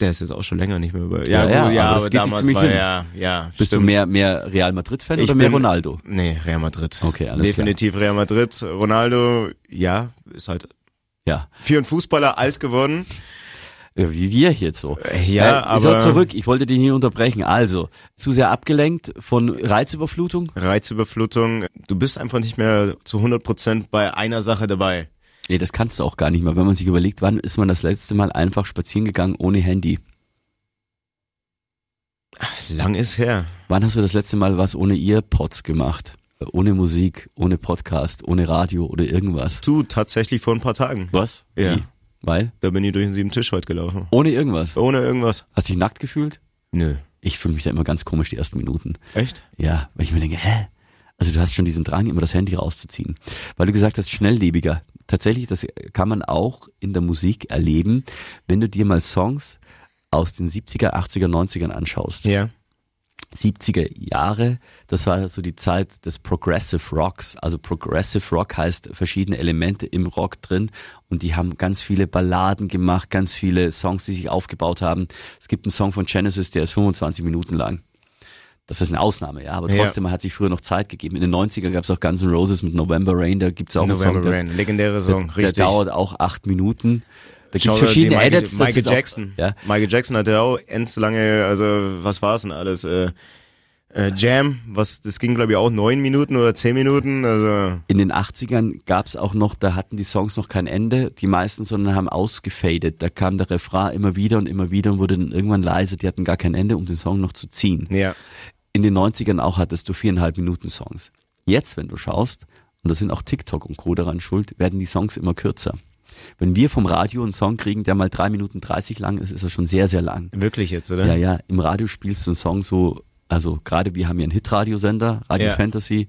B: Der ist jetzt auch schon länger nicht mehr über.
A: Ja, ja, aber es
B: aber
A: geht sich
B: damals
A: ziemlich
B: war
A: hin.
B: ja, ja.
A: Bist du
B: stimmt.
A: mehr, mehr Real Madrid-Fan
B: Ich
A: oder mehr
B: bin-
A: Ronaldo?
B: Nee, Real Madrid.
A: Okay, alles
B: Definitiv Real Madrid. Ronaldo, ja, ist halt
A: Ja.
B: für einen Fußballer alt geworden.
A: Ja, wie wir hier jetzt so.
B: Äh, ja,
A: Äh, so,
B: aber-
A: zurück, ich wollte dich nicht unterbrechen. Also, zu sehr abgelenkt von Reizüberflutung?
B: Reizüberflutung. Du bist einfach nicht mehr zu 100% bei einer Sache dabei.
A: Nee, das kannst du auch gar nicht mehr. Wenn man sich überlegt, wann ist man das letzte Mal einfach spazieren gegangen ohne Handy?
B: Lang ist her.
A: Wann hast du das letzte Mal was ohne Earpods gemacht? Ohne Musik, ohne Podcast, ohne Radio oder irgendwas?
B: Du, tatsächlich vor ein paar Tagen.
A: Was?
B: Ja.
A: Wie? Weil?
B: Da bin ich durch den sieben Tisch heute gelaufen.
A: Ohne irgendwas.
B: Ohne irgendwas.
A: Hast du dich nackt gefühlt?
B: Nö.
A: Ich fühle mich da immer ganz komisch die ersten Minuten.
B: Echt?
A: Ja, weil ich mir denke, hä? Also du hast schon diesen Drang, immer das Handy rauszuziehen. Weil du gesagt hast, schnelllebiger. Tatsächlich, das kann man auch in der Musik erleben, wenn du dir mal Songs aus den 70er, 80er, 90ern anschaust.
B: Ja.
A: 70er Jahre, das war so die Zeit des Progressive Rocks. Also Progressive Rock heißt verschiedene Elemente im Rock drin und die haben ganz viele Balladen gemacht, ganz viele Songs, die sich aufgebaut haben. Es gibt einen Song von Genesis, der ist 25 Minuten lang. Das ist eine Ausnahme, ja, aber
B: Ja.
A: trotzdem man hat sich früher noch Zeit gegeben. In den 90ern gab es auch Guns N' Roses mit November Rain, da gibt es auch einen Song,
B: November
A: der-
B: Rain. Legendärer Song.
A: der
B: Richtig.
A: dauert auch acht Minuten. Da gibt
B: Shoutout
A: es
B: an
A: verschiedene
B: die
A: Edits. das
B: Michael
A: ist auch-
B: Jackson.
A: ja.
B: Michael Jackson hatte auch ends lange, also was war es denn alles? Äh, äh, Jam, was, das ging glaube ich auch neun Minuten oder zehn Minuten. Also
A: in den 80ern gab's auch noch, da hatten die Songs noch kein Ende, die meisten, sondern haben ausgefadet. Da kam der Refrain immer wieder und immer wieder und wurde dann irgendwann leise. Die hatten gar kein Ende, um den Song noch zu ziehen.
B: ja,
A: In den 90ern auch hattest du viereinhalb Minuten Songs. Jetzt, wenn du schaust, und da sind auch TikTok und Co. daran schuld, werden die Songs immer kürzer. Wenn wir vom Radio einen Song kriegen, der mal drei Minuten 30 lang ist, ist er schon sehr, sehr lang.
B: wirklich jetzt, oder?
A: Ja, ja, im Radio spielst du einen Song so, also gerade wir haben ja einen Hitradiosender, Radio
B: Ja.
A: Fantasy,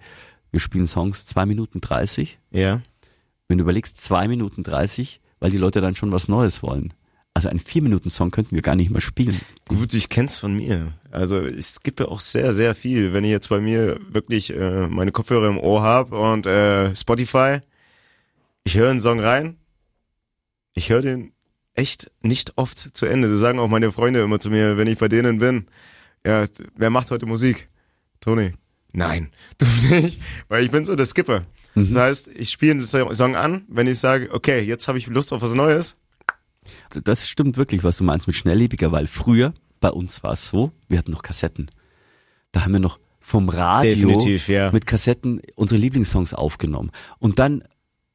A: wir spielen Songs zwei Minuten 30.
B: ja.
A: Wenn du überlegst, zwei Minuten 30 weil die Leute dann schon was Neues wollen. Also einen 4-Minuten-Song könnten wir gar nicht mehr spielen.
B: Gut, ich kenn's von mir. Also ich skippe auch sehr, sehr viel. Wenn ich jetzt bei mir wirklich äh, meine Kopfhörer im Ohr habe und äh, Spotify, ich höre einen Song rein, ich höre den echt nicht oft zu Ende. Das sagen auch meine Freunde immer zu mir, wenn ich bei denen bin. Ja, wer macht heute Musik? Toni. Nein, [LAUGHS] du nicht, weil ich bin so der Skipper.
A: Mhm.
B: Das heißt, ich spiele einen Song an, wenn ich sage, okay, jetzt habe ich Lust auf was Neues,
A: Das stimmt wirklich, was du meinst mit schnelllebiger, weil früher bei uns war es so, wir hatten noch Kassetten. Da haben wir noch vom Radio
B: Definitiv, ja.
A: mit Kassetten unsere Lieblingssongs aufgenommen. Und dann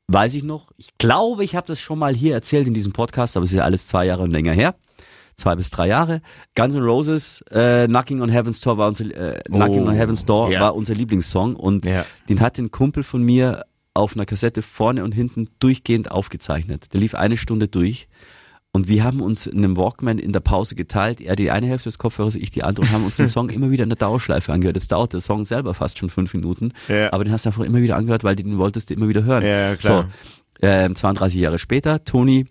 A: weiß ich noch, ich glaube, ich habe das schon mal hier erzählt in diesem Podcast, aber es ist ja alles zwei Jahre und länger her. Zwei bis drei Jahre. Guns N' Roses, äh, Knocking on Heaven's Door war unser, äh, Knocking on Heaven's Door
B: Oh, ja.
A: war unser Lieblingssong und
B: Ja.
A: den hat ein Kumpel von mir auf einer Kassette vorne und hinten durchgehend aufgezeichnet. Der lief eine Stunde durch und wir haben uns in einem Walkman in der Pause geteilt, er die eine Hälfte des Kopfhörers, ich die andere und haben
B: [LAUGHS]
A: uns den Song immer wieder in der Dauerschleife angehört. Jetzt dauert der Song selber fast schon fünf Minuten,
B: Ja.
A: aber den hast du einfach immer wieder angehört, weil den wolltest du immer wieder hören.
B: Ja, klar.
A: So, ähm, 32 Jahre später, Toni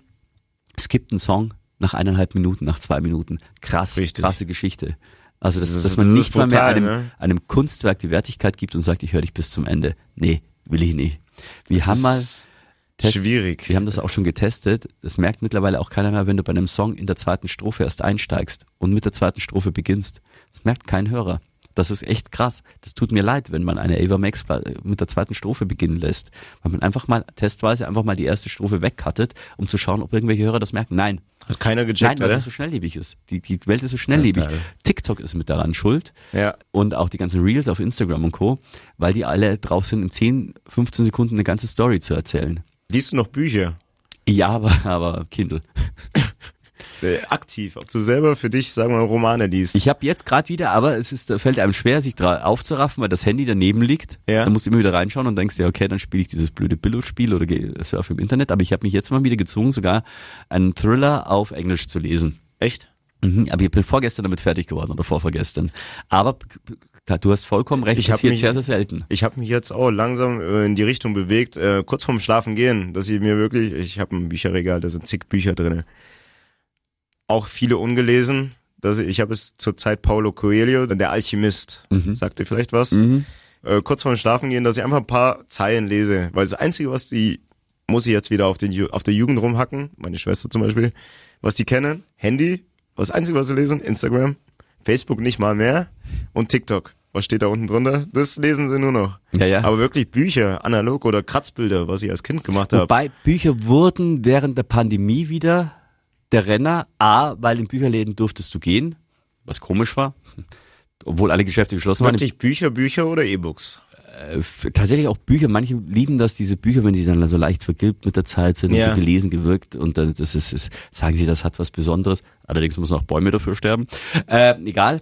A: skippt einen Song nach eineinhalb Minuten, nach zwei Minuten. Krass,
B: Richtig.
A: krasse Geschichte. Also, dass,
B: Das ist-
A: dass man
B: das
A: nicht
B: ist
A: mal mehr
B: brutal,
A: einem,
B: ne?
A: einem Kunstwerk die Wertigkeit gibt und sagt, ich höre dich bis zum Ende. Nee, will ich nicht. Wir haben mal
B: ist
A: Test-
B: schwierig.
A: wir haben das auch schon getestet. Das merkt mittlerweile auch keiner mehr, wenn du bei einem Song in der zweiten Strophe erst einsteigst und mit der zweiten Strophe beginnst. Das merkt kein Hörer. Das ist echt krass. Das tut mir leid, wenn man eine Ava Max Pla- mit der zweiten Strophe beginnen lässt. Weil man einfach mal testweise einfach mal die erste Strophe wegcuttet, um zu schauen, ob irgendwelche Hörer das merken. Nein.
B: Hat keiner
A: Nein,
B: gecheckt,
A: weil
B: oder?
A: es so schnelllebig ist. Die, die Welt ist so schnelllebig.
B: Total.
A: TikTok ist mit daran schuld
B: Ja.
A: und auch die ganzen Reels auf Instagram und Co., weil die alle drauf sind, in 10, 15 Sekunden eine ganze Story zu erzählen.
B: Liest du noch Bücher?
A: Ja, aber, aber Kindle.
B: Äh, aktiv, ob du selber für dich, sagen wir mal, Romane liest.
A: Ich habe jetzt gerade wieder, aber es ist, fällt einem schwer, sich dra- aufzuraffen, weil das Handy daneben liegt.
B: Ja.
A: Da musst du immer wieder reinschauen und denkst dir, okay, dann spiele ich dieses blöde Billo-Spiel oder gehe- surfe im Internet. Aber ich habe mich jetzt mal wieder gezwungen, sogar einen Thriller auf Englisch zu lesen.
B: Echt?
A: Mhm, aber ich bin vorgestern damit fertig geworden oder vorvorgestern. Aber b- b- du hast vollkommen recht,
B: Ich
A: das
B: hab
A: ist hier
B: mich-
A: sehr, sehr selten.
B: Ich habe mich jetzt auch langsam äh, in die Richtung bewegt, äh, kurz vorm Schlafen gehen, dass ich mir wirklich, ich habe ein Bücherregal, da sind zig Bücher drinne, Auch viele ungelesen. Dass ich ich habe es zurzeit Paulo Coelho, der Alchemist.
A: Mhm.
B: Sagt dir vielleicht was? Äh, kurz vorm Schlafen gehen, dass ich einfach ein paar Zeilen lese. Weil das Einzige, was die, muss ich jetzt wieder auf, den, Ju- auf der Jugend rumhacken, meine Schwester zum Beispiel, was die kennen, Handy, was das Einzige, was sie lesen, Instagram, Facebook nicht mal mehr und TikTok. Was steht da unten drunter? Das lesen sie nur noch.
A: Ja, ja.
B: Aber wirklich Bücher, analog oder Kratzbilder, was ich als Kind gemacht habe.
A: Wobei Bücher wurden während der Pandemie wieder der Renner. A, weil in Bücherläden durftest du gehen, was komisch war, [LAUGHS] obwohl alle Geschäfte geschlossen waren. Äh,
B: Wirklich Bücher, Bücher oder E-Books?
A: F- tatsächlich auch Bücher. Manche lieben das, diese Bücher, wenn sie dann so leicht vergilbt mit der Zeit sind
B: Ja.
A: und so gelesen gewirkt und dann das ist, ist, sagen sie, das hat was Besonderes. Allerdings müssen auch Bäume dafür sterben. Äh, egal.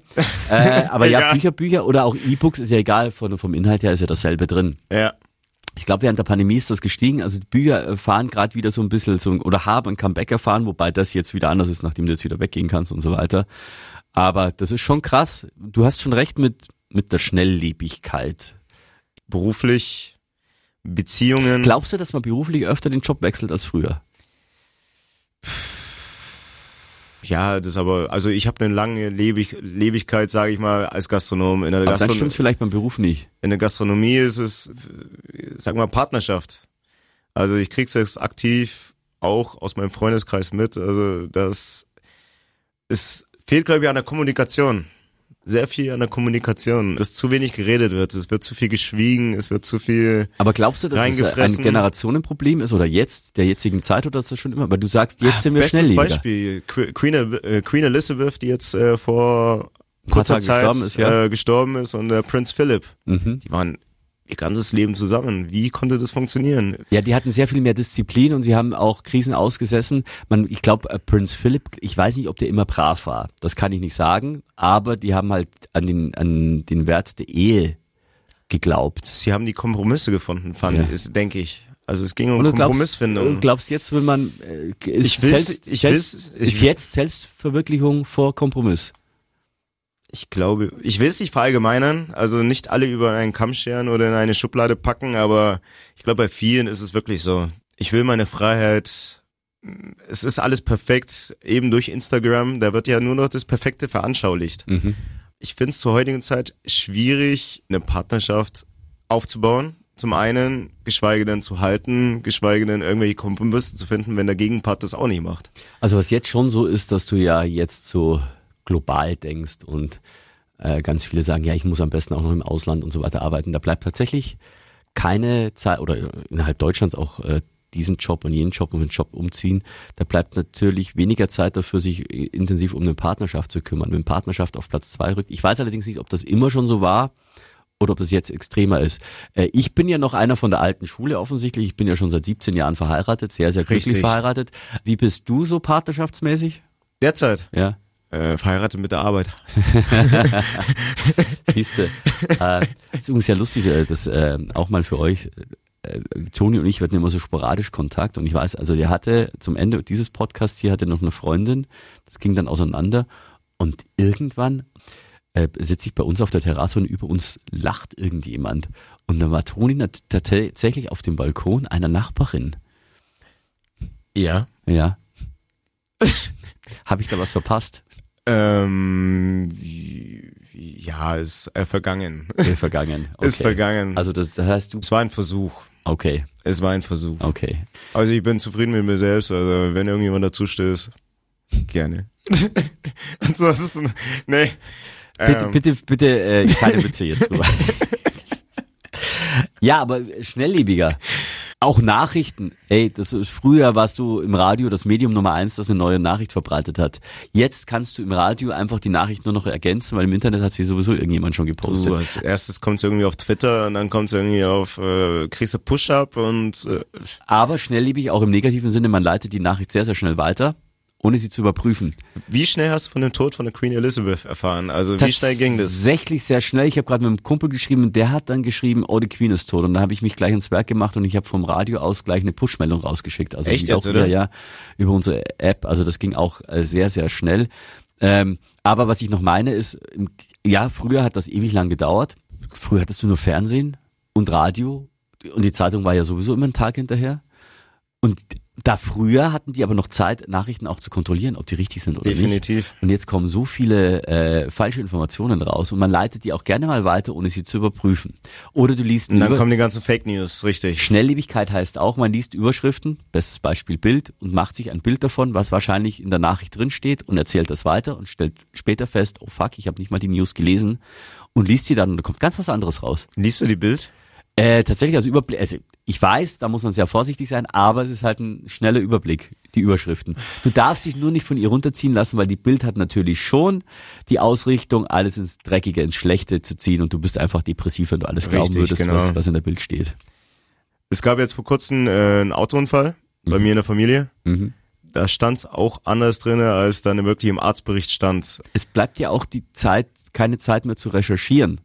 A: Äh, aber
B: [LAUGHS]
A: ja,
B: Egal.
A: Bücher, Bücher oder auch E-Books ist ja egal. Von, vom Inhalt her ist ja dasselbe drin.
B: Ja.
A: Ich glaube, während der Pandemie ist das gestiegen. Also die Bücher äh, fahren gerade wieder so ein bisschen so, ein- oder haben ein Comeback erfahren, wobei das jetzt wieder anders ist, nachdem du jetzt wieder weggehen kannst und so weiter. Aber das ist schon krass. Du hast schon recht mit, mit der Schnelllebigkeit.
B: Beruflich, Beziehungen.
A: Glaubst du, dass man beruflich öfter den Job wechselt als früher?
B: Ja, das aber, also ich habe eine lange Lebig Lebigkeit, sage ich mal, als Gastronom. In der,
A: Aber dann
B: Gastron
A: stimmt's vielleicht beim Beruf nicht.
B: in der Gastronomie ist es, äh, sag mal, Partnerschaft. Also ich krieg's jetzt aktiv auch aus meinem Freundeskreis mit. Also das es fehlt, glaube ich, an der Kommunikation. Sehr viel an der Kommunikation. Dass zu wenig geredet wird, es wird zu viel geschwiegen, es wird zu viel
A: Aber glaubst du, dass es äh, ein
B: Reingefressen.
A: Generationenproblem ist oder jetzt, der jetzigen Zeit oder ist das schon immer? Weil du sagst, jetzt sind wir
B: Ah, Bestes
A: schnelllebiger.
B: Beispiel, Que- Queen, äh, Queen Elizabeth, die jetzt äh, vor kurzer
A: Tage
B: Zeit
A: gestorben ist, ja. Mhm.
B: äh, gestorben ist und der Prinz Philip. Die waren ihr ganzes Leben zusammen. Wie konnte das funktionieren?
A: Ja, die hatten sehr viel mehr Disziplin und sie haben auch Krisen ausgesessen. Man, ich glaube, äh, Prinz Philipp, ich weiß nicht, ob der immer brav war. Das kann ich nicht sagen. Aber die haben halt an den, an den Wert der Ehe geglaubt.
B: Sie haben die Kompromisse gefunden, fand
A: Ja.
B: ich, ist- denke ich. Also es ging um
A: Und du
B: Kompromissfindung.
A: Glaubst, glaubst jetzt, wenn man äh, ist
B: Ich will's-
A: selbst,
B: ich
A: selbst,
B: will's- ich-
A: ist jetzt Selbstverwirklichung vor Kompromiss.
B: ich glaube, ich will es nicht verallgemeinern, also nicht alle über einen Kamm scheren oder in eine Schublade packen, aber ich glaube, bei vielen ist es wirklich so. Ich will meine Freiheit mm, es ist alles perfekt, eben durch Instagram, da wird ja nur noch das Perfekte veranschaulicht. Ich finde es zur heutigen Zeit schwierig, eine Partnerschaft aufzubauen. Zum einen, geschweige denn zu halten, geschweige denn irgendwelche Kompromisse zu finden, wenn der Gegenpart das auch nicht macht.
A: Also was jetzt schon so ist, dass du ja jetzt so global denkst und äh, ganz viele sagen, ja, ich muss am besten auch noch im Ausland und so weiter arbeiten. Da bleibt tatsächlich keine Zeit oder innerhalb Deutschlands auch äh, diesen Job und jenen Job und den Job umziehen. Da bleibt natürlich weniger Zeit dafür, sich intensiv um eine Partnerschaft zu kümmern. Wenn Partnerschaft auf Platz zwei rückt. Ich weiß allerdings nicht, ob das immer schon so war oder ob das jetzt extremer ist. Äh, ich bin ja noch einer von der alten Schule offensichtlich. Ich bin ja schon seit 17 Jahren verheiratet, sehr, sehr glücklich
B: Richtig.
A: verheiratet. Wie bist du so partnerschaftsmäßig?
B: Derzeit
A: Ja,
B: äh, verheiratet mit der Arbeit. [LAUGHS]
A: siehste. äh, ist übrigens sehr lustig, äh, das äh, auch mal für euch. Äh, Toni und ich hatten immer so sporadisch Kontakt und ich weiß, also der hatte zum Ende dieses Podcasts hier hatte noch eine Freundin, das ging dann auseinander und irgendwann äh, sitze ich bei uns auf der Terrasse und über uns lacht irgendjemand und dann war Toni nat- tatsächlich auf dem Balkon einer Nachbarin.
B: Ja. [LAUGHS]
A: Ja. Habe ich da was verpasst?
B: Ähm, ja, ist äh, vergangen. [LAUGHS]
A: Äh, vergangen. Okay.
B: Ist vergangen.
A: Also das, das heißt du.
B: es war ein Versuch.
A: Okay,
B: Es war ein Versuch.
A: okay.
B: Also ich bin zufrieden mit mir selbst. Also wenn irgendjemand dazu stößt, gerne. [LAUGHS] Ansonsten, nee.
A: Bitte,
B: Ähm,
A: bitte, bitte, äh, keine Witze jetzt
B: [LAUGHS]
A: drüber. ja, aber schnelllebiger. Auch Nachrichten. Ey, das ist, früher warst du im Radio das Medium Nummer eins, das eine neue Nachricht verbreitet hat. Jetzt kannst du im Radio einfach die Nachricht nur noch ergänzen, weil im Internet hat sie sowieso irgendjemand schon gepostet.
B: Du, als erstes kommt es irgendwie auf Twitter und dann kommt es irgendwie auf, äh, kriegst du Push-Up und äh,
A: Aber schnelllebig auch im negativen Sinne, man leitet die Nachricht sehr, sehr schnell weiter, ohne sie zu überprüfen.
B: wie schnell hast du von dem Tod von der Queen Elizabeth erfahren? Also wie schnell ging das?
A: Tatsächlich sehr schnell. Ich habe gerade mit einem Kumpel geschrieben und der hat dann geschrieben, oh, die Queen ist tot. Und da habe ich mich gleich ins Werk gemacht und ich habe vom Radio aus gleich eine Push-Meldung rausgeschickt. Also
B: Echt
A: die auch
B: jetzt, oder?
A: wieder, Ja, über unsere App. Also das ging auch äh, sehr, sehr schnell. Ähm, aber was ich noch meine ist, im- ja, früher hat das ewig lang gedauert. Früher hattest du nur Fernsehen und Radio und die Zeitung war ja sowieso immer einen Tag hinterher. Und da früher hatten die aber noch Zeit, Nachrichten auch zu kontrollieren, ob die richtig sind oder nicht.
B: Definitiv.
A: Und jetzt kommen so viele äh, falsche Informationen raus und man leitet die auch gerne mal weiter, ohne sie zu überprüfen. Oder du liest
B: Und dann
A: über-
B: kommen die ganzen Fake News, richtig.
A: Schnelllebigkeit heißt auch, man liest Überschriften, bestes Beispiel Bild, und macht sich ein Bild davon, was wahrscheinlich in der Nachricht drin steht und erzählt das weiter und stellt später fest, oh fuck, ich habe nicht mal die News gelesen und liest sie dann und da kommt ganz was anderes raus.
B: Liest du die Bild?
A: Äh, tatsächlich, also Überblick, also ich weiß, da muss man sehr vorsichtig sein, aber es ist halt ein schneller Überblick, die Überschriften. Du darfst dich nur nicht von ihr runterziehen lassen, weil die Bild hat natürlich schon die Ausrichtung, alles ins Dreckige, ins Schlechte zu ziehen und du bist einfach depressiv, wenn du alles glauben
B: Richtig,
A: würdest,
B: genau.
A: was, was in der Bild steht.
B: Es gab jetzt vor kurzem äh, einen Autounfall bei
A: Mhm.
B: mir in der Familie. Da stand es auch anders drin, als dann wirklich im Arztbericht stand.
A: es bleibt ja auch die Zeit, keine Zeit mehr zu recherchieren.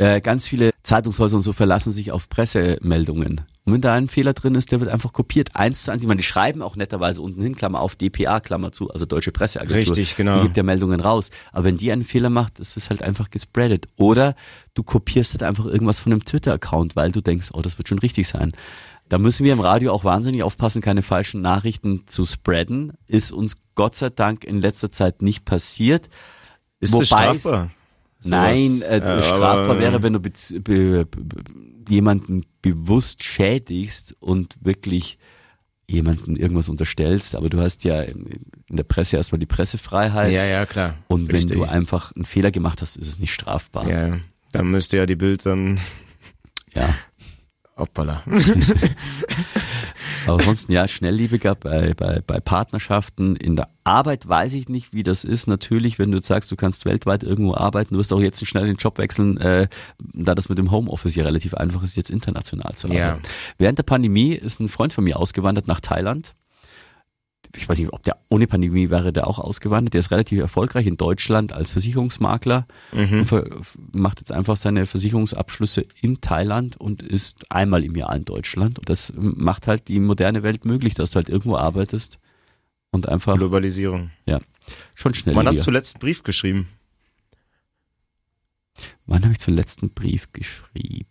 A: Äh, ganz viele Zeitungshäuser und so verlassen sich auf Pressemeldungen. Und wenn da ein Fehler drin ist, der wird einfach kopiert, eins zu eins. Ich meine, die schreiben auch netterweise unten hin, Klammer auf, DPA, Klammer zu, also Deutsche Presseagentur.
B: Richtig, genau.
A: Die gibt ja Meldungen raus. Aber wenn die einen Fehler macht, ist es halt einfach gespreadet. Oder du kopierst halt einfach irgendwas von einem Twitter-Account, weil du denkst, oh, das wird schon richtig sein. Da müssen wir im Radio auch wahnsinnig aufpassen, keine falschen Nachrichten zu spreaden. Ist uns Gott sei Dank in letzter Zeit nicht passiert.
B: Ist das
A: Wobei es-
B: strafbar? Sowas?
A: Nein, äh,
B: aber-
A: strafbar wäre, wenn du bez- be be jemanden bewusst schädigst und wirklich jemanden irgendwas unterstellst, aber du hast ja in in der Presse erstmal die Pressefreiheit
B: Ja, ja, klar.
A: und wenn
B: Richtig.
A: du einfach einen Fehler gemacht hast, ist es nicht strafbar.
B: Ja, ja. dann müsste ja die Bild dann.
A: Ja. [LAUGHS]
B: Hoppala.
A: Aber ansonsten ja, schnellliebiger bei, bei, bei Partnerschaften. In der Arbeit weiß ich nicht, wie das ist. Natürlich, wenn du jetzt sagst, du kannst weltweit irgendwo arbeiten, du wirst auch jetzt schnell den Job wechseln, äh, da das mit dem Homeoffice ja relativ einfach ist, jetzt international zu arbeiten.
B: Ja.
A: Während der Pandemie ist ein Freund von mir ausgewandert nach Thailand. Ich weiß nicht, ob der ohne Pandemie wäre, der auch ausgewandert. Der ist relativ erfolgreich in Deutschland als Versicherungsmakler
B: Mhm.
A: und ver macht jetzt einfach seine Versicherungsabschlüsse in Thailand und ist einmal im Jahr in Deutschland. Und das macht halt die moderne Welt möglich, dass du halt irgendwo arbeitest und einfach
B: Globalisierung.
A: ja schon schnell.
B: Wann hast
A: hier.
B: du zuletzt einen Brief geschrieben?
A: Wann habe ich zuletzt einen Brief geschrieben?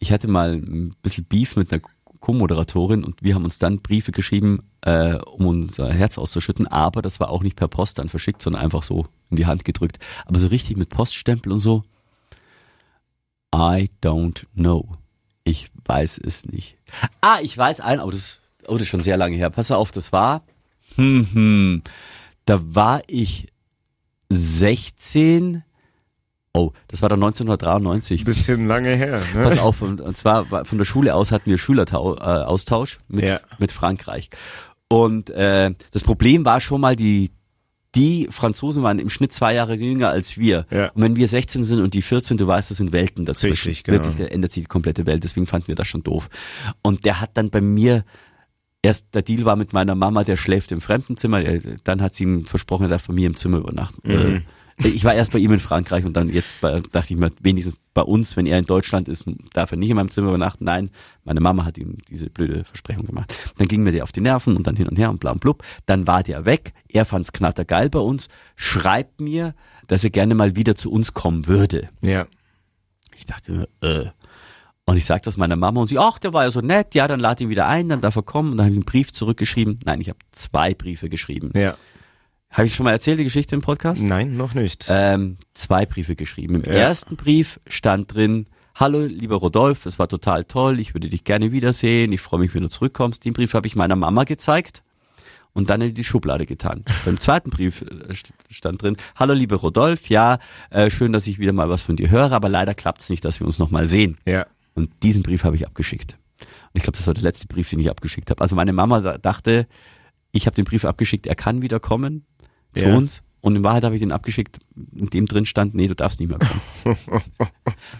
A: Ich hatte mal ein bisschen Beef mit einer Co-Moderatorin und wir haben uns dann Briefe geschrieben, äh, um unser Herz auszuschütten, aber das war auch nicht per Post dann verschickt, sondern einfach so in die Hand gedrückt. Aber so richtig mit Poststempel und so, I don't know. Ich weiß es nicht. Ah, ich weiß einen, aber das, oh, das ist schon sehr lange her. Pass auf, das war, hm, hm, da war ich 16, oh, das war dann 1993.
B: Bisschen lange her. Ne?
A: Pass auf, und, und zwar war- von der Schule aus hatten wir Schüleraustausch äh, Austausch mit,
B: Ja.
A: mit Frankreich. Und äh, das Problem war schon mal, die, die Franzosen waren im Schnitt zwei Jahre jünger als wir.
B: Ja.
A: Und wenn wir 16 sind und die 14, du weißt, das sind Welten dazwischen.
B: Richtig, genau.
A: Wirklich, da ändert sich die komplette Welt, deswegen fanden wir das schon doof. Und der hat dann bei mir erst der Deal war mit meiner Mama, der schläft im Fremdenzimmer, äh, dann hat sie ihm versprochen, er darf bei mir im Zimmer übernachten. Äh, Ich war erst bei ihm in Frankreich und dann jetzt bei, dachte ich mir, wenigstens bei uns, wenn er in Deutschland ist, darf er nicht in meinem Zimmer übernachten. Nein, meine Mama hat ihm diese blöde Versprechung gemacht. Dann ging mir der auf die Nerven und dann hin und her und bla und blub. Dann war der weg, er fand's knattergeil bei uns, schreibt mir, dass er gerne mal wieder zu uns kommen würde.
B: Ja.
A: Ich dachte, mir, äh. Und ich sag das meiner Mama und sie, ach, der war ja so nett, ja, dann lad ihn wieder ein, dann darf er kommen. Und dann habe ich einen Brief zurückgeschrieben. Nein, ich habe zwei Briefe geschrieben.
B: Ja. Mhm.
A: Habe ich schon mal erzählt, die Geschichte im Podcast?
B: Nein, noch nicht.
A: Ähm, zwei Briefe geschrieben. Im ersten Brief stand drin, hallo lieber Rodolf, es war total toll, ich würde dich gerne wiedersehen, ich freue mich, wenn du zurückkommst. Den Brief habe ich meiner Mama gezeigt und dann in die Schublade getan. Beim zweiten Brief äh, st- stand drin, hallo lieber Rodolf, ja, äh, schön, dass ich wieder mal was von dir höre, aber leider klappt es nicht, dass wir uns nochmal sehen.
B: ja.
A: Und diesen Brief habe ich abgeschickt. Und ich glaube, das war der letzte Brief, den ich abgeschickt habe. Also meine Mama da- dachte, ich habe den Brief abgeschickt, er kann wieder kommen zu
B: Ja.
A: uns. Und in Wahrheit habe ich den abgeschickt, in dem drin stand, nee, du darfst nicht mehr kommen. Und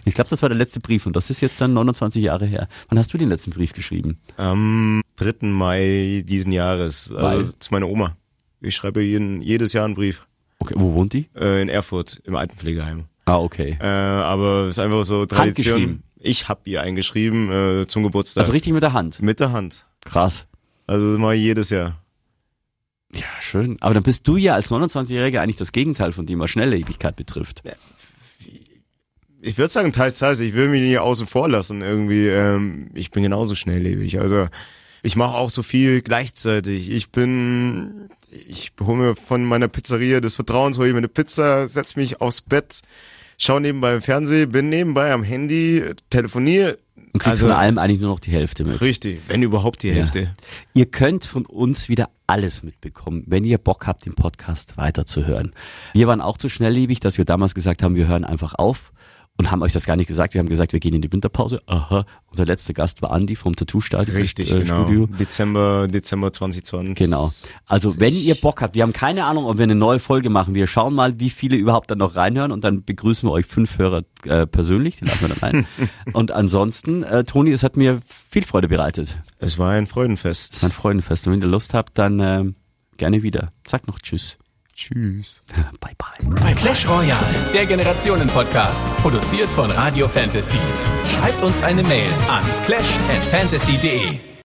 A: ich glaube, das war der letzte Brief und das ist jetzt dann 29 Jahre her. Wann hast du den letzten Brief geschrieben?
B: Am 3. Mai diesen Jahres. Also
A: Weil?
B: zu meiner Oma. Ich schreibe jeden, jedes Jahr einen Brief.
A: Okay, wo wohnt die?
B: Äh, in Erfurt, im Altenpflegeheim.
A: Ah, okay.
B: Äh, aber es ist einfach so Tradition.
A: Handgeschrieben?
B: Ich hab ihr eingeschrieben äh, zum Geburtstag.
A: Also richtig mit der Hand.
B: Mit der Hand.
A: Krass.
B: Also das mache ich jedes Jahr.
A: Ja, schön. Aber dann bist du ja als 29-Jähriger eigentlich das Gegenteil von dem, was Schnelllebigkeit betrifft.
B: Ich würde sagen, teils, teils. Ich will mich nicht außen vor lassen irgendwie. Ähm, ich bin genauso schnelllebig. Also ich mache auch so viel gleichzeitig. Ich bin, ich hole mir von meiner Pizzeria des Vertrauens, hole ich mir eine Pizza, setz mich aufs Bett, schaue nebenbei im Fernsehen, bin nebenbei am Handy, telefoniere.
A: Und kriegst
B: also
A: von allem eigentlich nur noch die Hälfte mit.
B: richtig, wenn überhaupt die Hälfte.
A: Ihr könnt von uns wieder alles mitbekommen, wenn ihr Bock habt, den Podcast weiterzuhören. Wir waren auch zu schnelllebig, dass wir damals gesagt haben, wir hören einfach auf und haben euch das gar nicht gesagt. Wir haben gesagt, wir gehen in die Winterpause. Aha. Unser letzter Gast war Andi vom Tattoo-Studio.
B: Richtig,
A: äh,
B: genau.
A: Studio.
B: Dezember, Dezember 2020.
A: Genau. Also wenn ihr Bock habt, wir haben keine Ahnung, ob wir eine neue Folge machen. Wir schauen mal, wie viele überhaupt dann noch reinhören und dann begrüßen wir euch fünf Hörer äh, persönlich. Die lassen wir dann
B: [LAUGHS]
A: ein. und ansonsten, äh, Toni, es hat mir viel Freude bereitet.
B: Es war ein Freudenfest.
A: mein Freudenfest. Und wenn ihr Lust habt, dann ähm, gerne wieder. Sag noch Tschüss.
B: Tschüss.
A: [LAUGHS] bye bye.
C: Clash Royale, der Generationen-Podcast, produziert von Radio Fantasy. Schreibt uns eine Mail an clash@fantasy.de.